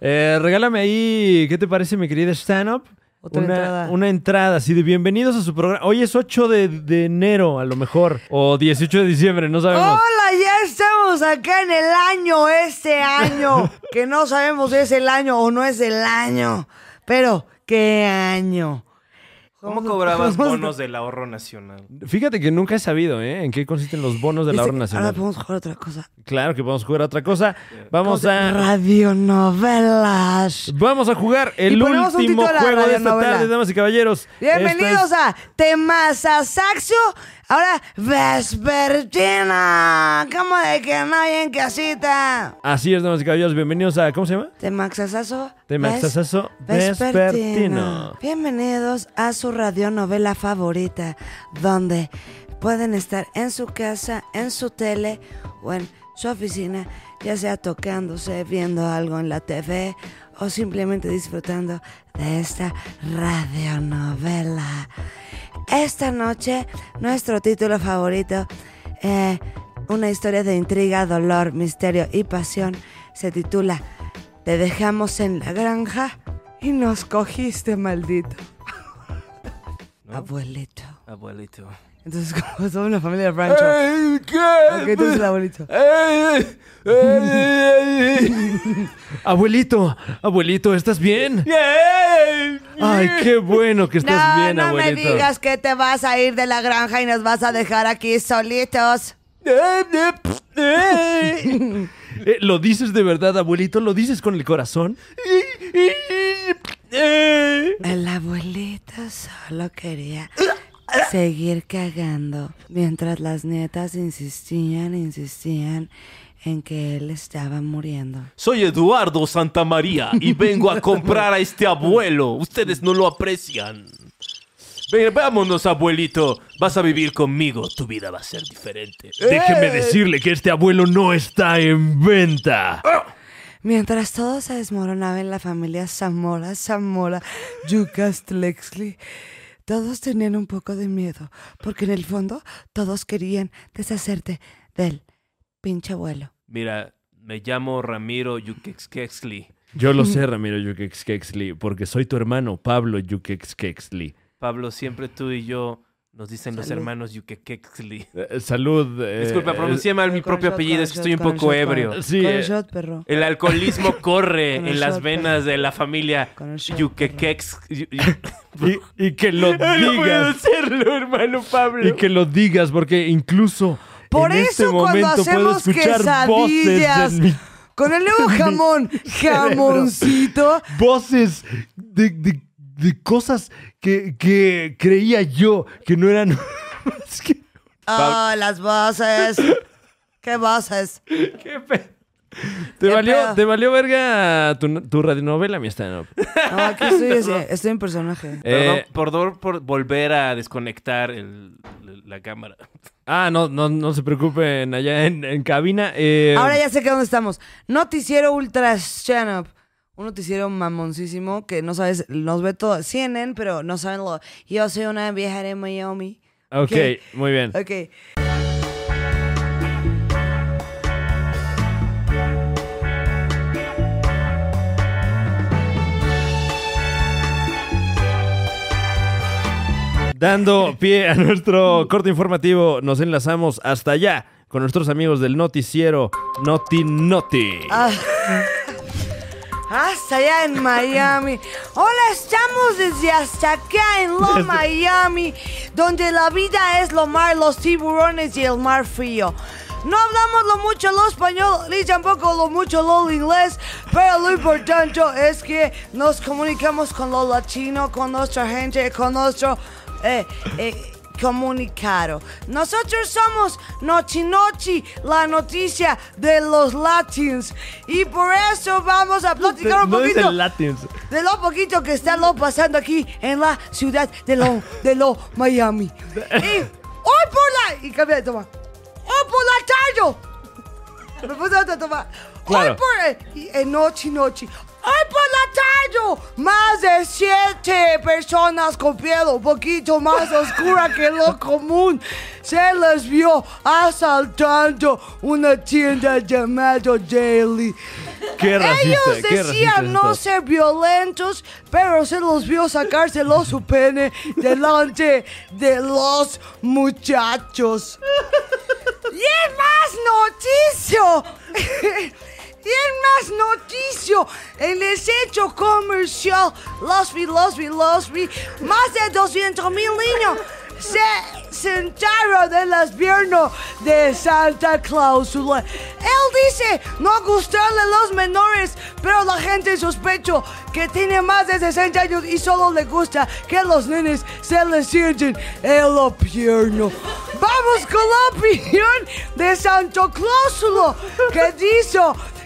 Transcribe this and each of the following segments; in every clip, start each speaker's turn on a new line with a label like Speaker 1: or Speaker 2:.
Speaker 1: Eh, regálame ahí, ¿qué te parece, mi querida stand-up?
Speaker 2: Otra
Speaker 1: una,
Speaker 2: entrada.
Speaker 1: una entrada así de bienvenidos a su programa. Hoy es 8 de, de enero, a lo mejor. O 18 de diciembre, no sabemos.
Speaker 2: Hola, ya estamos acá en el año, este año, que no sabemos si es el año o no es el año, pero qué año.
Speaker 3: ¿Cómo cobrabas bonos del ahorro nacional?
Speaker 1: Fíjate que nunca he sabido, ¿eh? En qué consisten los bonos de la
Speaker 2: Dice- ah, pues,
Speaker 1: obra nacional.
Speaker 2: Ahora podemos jugar otra cosa.
Speaker 1: Claro que vamos a jugar a otra cosa. Vamos a.
Speaker 2: Radionovelas.
Speaker 1: Vamos a jugar el
Speaker 2: Y ponemos un
Speaker 1: último
Speaker 2: título a la
Speaker 1: juego de esta
Speaker 2: radionovela.
Speaker 1: tarde, damas y caballeros.
Speaker 2: Bienvenidos
Speaker 1: Esta
Speaker 2: a Temasa Saxo. Ahora, Vespertina. ¿Cómo de que no hay en
Speaker 1: es-
Speaker 2: casita?
Speaker 1: Así es, damas y caballeros. Bienvenidos a. ¿Cómo se llama?
Speaker 2: Temaxasazo.
Speaker 1: Temaxasazo vespertino.
Speaker 2: Bienvenidos a su radionovela favorita, donde pueden estar en su casa, en su tele o en su oficina, ya sea tocándose, viendo algo en la TV o simplemente disfrutando de esta radionovela. Esta noche, nuestro título favorito, eh, una historia de intriga, dolor, misterio y pasión, se titula Te dejamos en la granja y nos cogiste, maldito. Abuelito.
Speaker 3: Abuelito.
Speaker 2: Entonces, como somos una familia de rancho. Ok, tú eres el abuelito.
Speaker 1: Abuelito, abuelito, ¿estás bien? Ay, qué bueno que estás
Speaker 2: No,
Speaker 1: bien,
Speaker 2: no me
Speaker 1: abuelito.
Speaker 2: digas que te vas a ir de la granja y nos vas a dejar aquí solitos.
Speaker 1: Eh, ¿Lo dices de verdad, abuelito? ¿Lo dices con el corazón?
Speaker 2: El abuelito solo quería seguir cagando mientras las nietas insistían, insistían en que él estaba muriendo.
Speaker 3: Soy Eduardo Santamaría y vengo a comprar a este abuelo. Ustedes no lo aprecian. Ve- vámonos, abuelito. Vas a vivir conmigo. Tu vida va a ser diferente.
Speaker 2: ¡Eh!
Speaker 1: Déjeme decirle que este abuelo no está en venta.
Speaker 2: Mientras todo se desmoronaba en la familia Zamora, Zamora, Yucas, Tlexli, todos tenían un poco de miedo, porque en el fondo todos querían deshacerte del pinche abuelo.
Speaker 3: Mira, me llamo Ramiro Yukexkexli.
Speaker 1: Yo lo sé, Ramiro Yukexkexli, porque soy tu hermano, Pablo Yukexkexli.
Speaker 3: Pablo, siempre tú y yo nos dicen los hermanos Yukexkexli.
Speaker 1: Eh, salud. eh,
Speaker 3: Disculpa, pronuncié mal mi
Speaker 2: Con
Speaker 3: propio
Speaker 2: shot,
Speaker 3: apellido,
Speaker 2: con
Speaker 3: es que
Speaker 2: shot,
Speaker 3: estoy un
Speaker 2: con
Speaker 3: poco
Speaker 2: shot,
Speaker 3: ebrio.
Speaker 2: con-
Speaker 1: Sí,
Speaker 2: con
Speaker 1: eh.
Speaker 2: shot, perro.
Speaker 3: El alcoholismo corre
Speaker 2: Con el
Speaker 3: en las
Speaker 2: shot,
Speaker 3: venas de la familia
Speaker 2: Con el shot,
Speaker 3: Yukekex. yu- yu-
Speaker 1: eh, y, y que lo
Speaker 3: No puedo
Speaker 1: digas.
Speaker 3: hacerlo, hermano Pablo.
Speaker 1: Y que lo digas, porque incluso
Speaker 2: Por
Speaker 1: en este
Speaker 2: eso cuando
Speaker 1: momento puedo
Speaker 2: hacemos
Speaker 1: escuchar voces
Speaker 2: quesadillas
Speaker 1: en mi
Speaker 2: con el nuevo jamón, jamoncito,
Speaker 1: voces de, de- de cosas que, que creía yo que no eran. Es que-
Speaker 2: ah, las voces, qué voces.
Speaker 1: qué pe- Te
Speaker 2: Qué
Speaker 1: valió,
Speaker 2: pedo.
Speaker 1: te valió verga tu, tu radionovela, mi stand-up.
Speaker 2: No, aquí estoy, ese- estoy en personaje.
Speaker 3: Perdón,
Speaker 1: Eh,
Speaker 3: perdón por volver a desconectar el- la cámara.
Speaker 1: ah, no, no, no se preocupen allá en, en cabina. eh,
Speaker 2: Ahora ya sé que dónde estamos. Noticiero Ultra Channel. Un noticiero mamoncísimo que no sabes, nos ve todo CNN, pero no saben lo. Yo soy una vieja de Miami.
Speaker 1: Ok, muy bien.
Speaker 2: Ok.
Speaker 1: Dando pie a nuestro corte informativo, nos enlazamos hasta allá con nuestros amigos del noticiero Noti Noti.
Speaker 2: Ah. Hasta allá en Miami. Hola, estamos desde hasta acá en Lo Miami, donde la vida es lo mar, los tiburones y el mar frío. No hablamos lo mucho lo español ni tampoco lo mucho lo inglés, pero lo importante es que nos comunicamos con lo latino, con nuestra gente, con nuestro eh, eh, comunicado. Nosotros somos Nochi Nochi, la noticia de los latins. Y por eso vamos a platicar un
Speaker 1: No es
Speaker 2: poquito
Speaker 1: el Latins.
Speaker 2: de lo poquito que está lo pasando aquí en la ciudad de lo, de lo Miami. Y hoy por la... Y cambia de toma. Hoy por la tarde. Me puse otra toma. ¡Oh,
Speaker 1: Claro.
Speaker 2: Hoy por... eh, y- eh, nochi Nochi. Hoy por la tallo. Más de siete personas con piel un poquito más oscura que lo común se les vio asaltando una tienda llamada Daily.
Speaker 1: Qué racista.
Speaker 2: Ellos
Speaker 1: qué racista
Speaker 2: decían no
Speaker 1: es esto.
Speaker 2: ser violentos, pero se los vio sacárselo su pene delante de los muchachos. Y en más noticio. Y en más noticio, en el hecho comercial, Losby, Losby, Losby, más de 200 mil niños se sentaron en las piernas de Santa Clausula. Él dice no gustarle a los menores, pero la gente sospecho que tiene más de 60 años y solo le gusta que los nenes se les sienten en la pierna. Vamos con la opinión de Santo Clausulo, que dice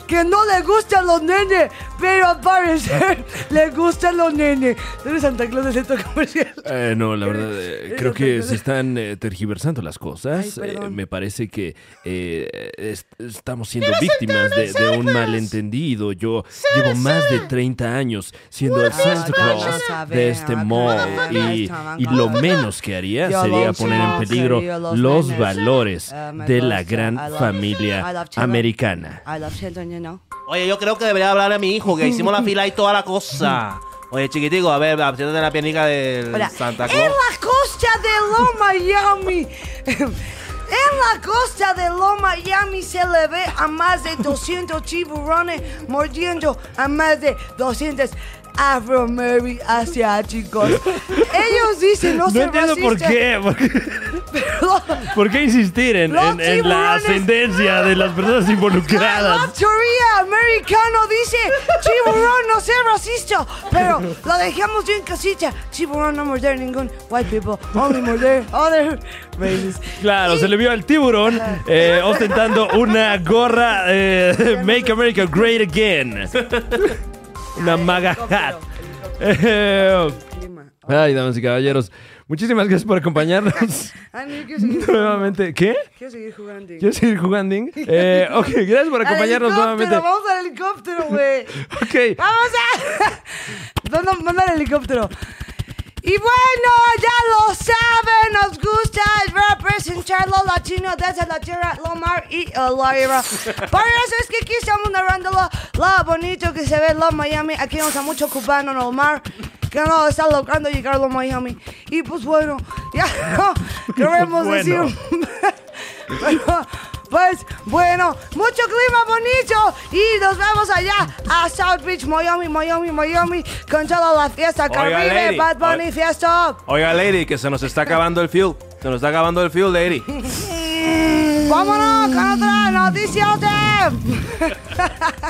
Speaker 2: que no le gustan los nenes, pero al parecer le gustan los nenes. ¿Tú eres Santa Claus del centro comercial?
Speaker 1: Eh, no, la verdad, eh, creo que se están eh, tergiversando las cosas.
Speaker 2: Ay,
Speaker 1: Eh,
Speaker 2: perdón.
Speaker 1: me parece que eh, es- estamos siendo víctimas de, de un malentendido. Yo llevo más de 30 años siendo el Santa
Speaker 2: Vamos a
Speaker 1: Claus
Speaker 2: ver,
Speaker 1: de este
Speaker 2: acá
Speaker 1: modo.
Speaker 2: está,
Speaker 1: Y,
Speaker 2: acá
Speaker 1: y
Speaker 2: está.
Speaker 1: lo menos que haría
Speaker 2: Yo
Speaker 1: sería
Speaker 2: love
Speaker 1: poner en
Speaker 2: Santa,
Speaker 1: peligro
Speaker 2: yo love
Speaker 1: los
Speaker 2: Santa.
Speaker 1: valores
Speaker 2: Um, I
Speaker 1: de
Speaker 2: love
Speaker 1: la
Speaker 2: Santa,
Speaker 1: gran
Speaker 2: I love- I
Speaker 1: familia
Speaker 2: love Santa.
Speaker 1: americana.
Speaker 2: I love Santa, you know.
Speaker 3: Oye, yo creo que debería hablar a mi hijo, que hicimos la fila y toda la cosa. Oye, chiquitico, a ver, apretate la piernica del
Speaker 2: Ahora,
Speaker 3: Santa
Speaker 1: Eh,
Speaker 2: En
Speaker 3: Claus.
Speaker 2: la costa de Lo Miami. En la costa de Lo Miami se le ve a más de 200 tiburones mordiendo a más de 200 afro asiáticos. Ellos dicen no,
Speaker 1: No
Speaker 2: ser
Speaker 1: entiendo por
Speaker 2: racista,
Speaker 1: qué. por qué-
Speaker 2: pero
Speaker 1: ¿Por qué insistir en,
Speaker 2: Los
Speaker 1: en- en la
Speaker 2: tiburones.
Speaker 1: ascendencia de las personas
Speaker 2: La
Speaker 1: involucradas?
Speaker 2: teoría americano dice tiburón no sea racista, pero lo dejamos en casita. Tiburón no morder ningún white people, only morder other races.
Speaker 1: Claro, se le vio al tiburón eh, ostentando una gorra eh, Make America Great Again. Una maga hat. Eh, ay, damas y caballeros, muchísimas gracias por acompañarnos
Speaker 2: Ah, no, yo quiero seguir jugando.
Speaker 1: nuevamente. ¿Qué?
Speaker 2: Quiero seguir jugando.
Speaker 1: ¿Quieres seguir jugando? Eh, ok, gracias por
Speaker 2: Al
Speaker 1: acompañarnos
Speaker 2: helicóptero,
Speaker 1: nuevamente.
Speaker 2: Vamos al helicóptero, güey.
Speaker 1: Ok,
Speaker 2: Vamos a. Manda, manda el helicóptero. Y bueno, ya lo saben, nos gusta representar los latinos desde la tierra, la mar y el aire. Por eso es que aquí estamos narrando lo, lo bonito que se ve en Miami. Aquí nos a muchos cubanos en el mar que no están logrando llegar a los Miami. Y pues bueno, ya no queremos
Speaker 1: bueno.
Speaker 2: decir bueno, pues bueno, mucho clima bonito y nos vemos allá a South Beach, Miami, Miami, Miami con toda la fiesta
Speaker 3: Oiga,
Speaker 2: Caribe,
Speaker 3: lady,
Speaker 2: Bad Bunny,
Speaker 3: oiga.
Speaker 2: fiesta.
Speaker 3: Oiga, lady, que se nos está acabando el fuel. Se nos está acabando el fuel, lady.
Speaker 2: Vámonos con otra noticia de...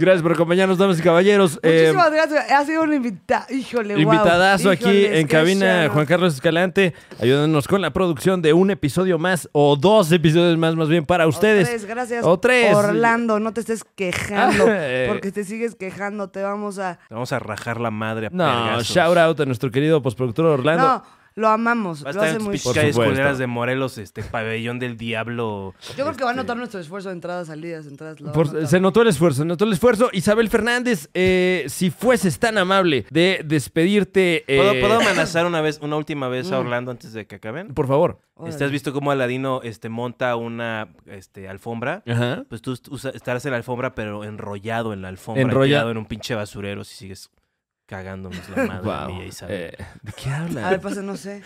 Speaker 1: gracias por acompañarnos, damas y caballeros. Eh,
Speaker 2: Muchísimas gracias, ha sido un invitado, híjole, wow.
Speaker 1: Invitadazo aquí
Speaker 2: Híjoles,
Speaker 1: en
Speaker 2: qué
Speaker 1: cabina
Speaker 2: show.
Speaker 1: Juan Carlos Escalante, ayudándonos con la producción de un episodio más o dos episodios más, más bien para
Speaker 2: O
Speaker 1: ustedes.
Speaker 2: tres, gracias.
Speaker 1: O tres.
Speaker 2: Orlando, no te estés quejando,
Speaker 1: Ah, eh.
Speaker 2: porque te sigues quejando, te vamos a...
Speaker 3: Te Vamos a rajar la madre a
Speaker 1: No,
Speaker 3: vergazos.
Speaker 1: shout out a nuestro querido postproductor Orlando.
Speaker 2: No, lo amamos,
Speaker 3: Va a
Speaker 2: lo
Speaker 3: estar
Speaker 2: hace
Speaker 3: en tus
Speaker 2: muy...
Speaker 1: Por
Speaker 3: pichicalles
Speaker 1: supuesto.
Speaker 3: culeras de Morelos, este pabellón del diablo. Este,
Speaker 2: Yo creo que va a notar nuestro esfuerzo de entradas, salidas, entradas. lo va a
Speaker 1: este. Por-
Speaker 2: notar.
Speaker 1: se notó el esfuerzo, se notó el esfuerzo. Isabel Fernández, eh, si fueses tan amable de despedirte, eh,
Speaker 3: ¿Puedo, puedo amenazar una vez, una última vez a Orlando antes de que acaben?
Speaker 1: por favor.
Speaker 2: Mm. Órale.
Speaker 3: Este, ¿Has visto cómo Aladino este, monta una este, alfombra?
Speaker 1: Ajá.
Speaker 3: Pues tú est- usa- estarás en la alfombra, pero enrollado en la alfombra.
Speaker 1: Enrolla-
Speaker 3: tirado en un pinche basurero si sigues cagándonos la madre.
Speaker 1: Wow.
Speaker 3: mía, Isabel.
Speaker 1: Eh, ¿De qué habla?
Speaker 2: A ver, pasa, no sé.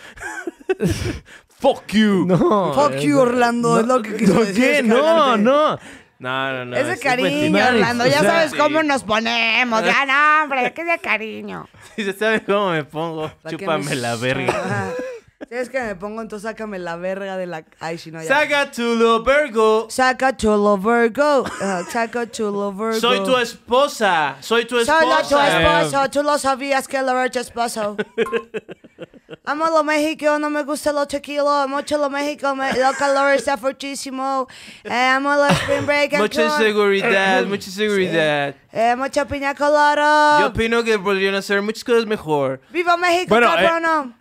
Speaker 3: ¡Fuck you! No,
Speaker 1: No.
Speaker 2: Fuck
Speaker 1: eh,
Speaker 2: you, Orlando, es lo que quiso
Speaker 1: ¿no
Speaker 2: decir
Speaker 1: ¿Qué? No,
Speaker 2: Escalante.
Speaker 1: no.
Speaker 3: no, no.
Speaker 2: Es de
Speaker 3: es- buen tipo.
Speaker 2: cariño,
Speaker 1: Nice,
Speaker 2: Orlando. Ya
Speaker 1: o sea,
Speaker 2: sabes
Speaker 3: sí.
Speaker 2: cómo nos ponemos. Ya, no, hombre, que es de cariño.
Speaker 3: Si se sabe cómo me pongo,
Speaker 2: ¿Para qué
Speaker 3: chúpame
Speaker 2: me-
Speaker 3: la verga.
Speaker 2: Ajá. ¿Sabes que me pongo? Entonces sácame la verga de la. Ay, si no, ya.
Speaker 3: Saga Tulo Virgo.
Speaker 2: Saca chulo Virgo. Ajá, Saca chulo Virgo.
Speaker 3: Soy tu esposa. Eh. Soy tu esposa.
Speaker 2: Soy la tu
Speaker 1: esposa.
Speaker 2: esposo. Tú lo sabías que lo era tu esposo. Amo lo México, no me gusta lo tequila. Mucho lo México, me, lo calor está fortísimo. Eh, amo lo spring break.
Speaker 3: Mucha
Speaker 2: Cancún.
Speaker 3: inseguridad, mucha inseguridad.
Speaker 2: Eh, mucha piña
Speaker 3: Yo
Speaker 2: colada.
Speaker 3: opino que podrían hacer muchas cosas mejor.
Speaker 2: ¡Viva México,
Speaker 1: Bueno, eh,
Speaker 2: cabrón!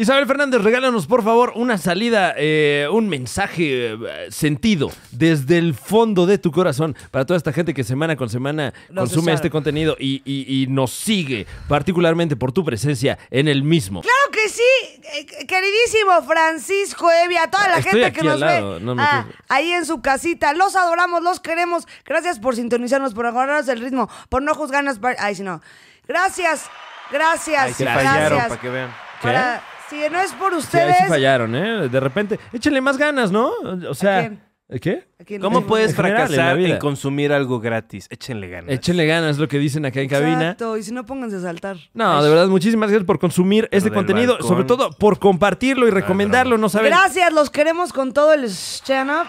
Speaker 1: Isabel Fernández, regálanos por favor una salida, eh, un mensaje eh, sentido desde el fondo de tu corazón para toda esta gente que semana con semana
Speaker 2: Nos
Speaker 1: consume
Speaker 2: escucharon.
Speaker 1: este contenido y, y- y nos sigue, particularmente por tu presencia en el mismo.
Speaker 2: Claro que sí, eh, queridísimo Francisco Evia, toda la
Speaker 1: Estoy
Speaker 2: gente
Speaker 1: aquí
Speaker 2: que nos
Speaker 1: al lado,
Speaker 2: ve
Speaker 1: no me
Speaker 2: ah,
Speaker 1: fijo.
Speaker 2: ahí en su casita. Los adoramos, los queremos. Gracias por sintonizarnos, por agarrarnos el ritmo, por no juzgarnos. par- Ay, si no. Gracias, gracias,
Speaker 3: Ahí sí
Speaker 2: gracias.
Speaker 3: fallaron, para que vean.
Speaker 1: ¿Qué?
Speaker 2: Para- si no es por
Speaker 1: Sí, ahí
Speaker 2: ustedes.
Speaker 1: sí fallaron, ¿eh? De repente, échenle más ganas, ¿no? O sea, ¿qué?
Speaker 2: aquí no
Speaker 3: ¿Cómo
Speaker 2: tenemos-
Speaker 1: En
Speaker 3: puedes
Speaker 1: general, en la
Speaker 3: fracasar en
Speaker 1: vida.
Speaker 3: consumir algo gratis? Échenle ganas.
Speaker 1: Échenle ganas, es lo que dicen acá en cabina.
Speaker 2: Exacto, y si no, pónganse a saltar.
Speaker 1: No, de verdad, muchísimas gracias por consumir este
Speaker 3: del
Speaker 1: contenido,
Speaker 3: balcón.
Speaker 1: sobre todo por compartirlo y recomendarlo, no saben.
Speaker 2: Gracias, los queremos con todo el stand-up.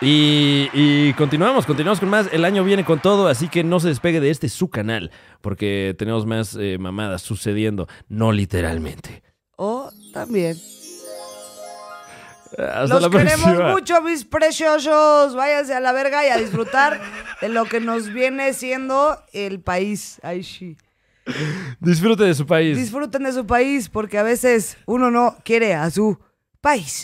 Speaker 1: Y, y continuamos, continuamos con más. El año viene con todo, así que no se despegue de este su canal, porque tenemos más eh, mamadas sucediendo, no literalmente.
Speaker 2: O también.
Speaker 1: Hasta
Speaker 2: Los
Speaker 1: la
Speaker 2: queremos
Speaker 1: próxima.
Speaker 2: mucho, mis preciosos. Váyanse a la verga y a disfrutar de lo que nos viene siendo el país. Ay, sí.
Speaker 1: Disfrute de su país.
Speaker 2: Disfruten de su país porque a veces uno no quiere a su país.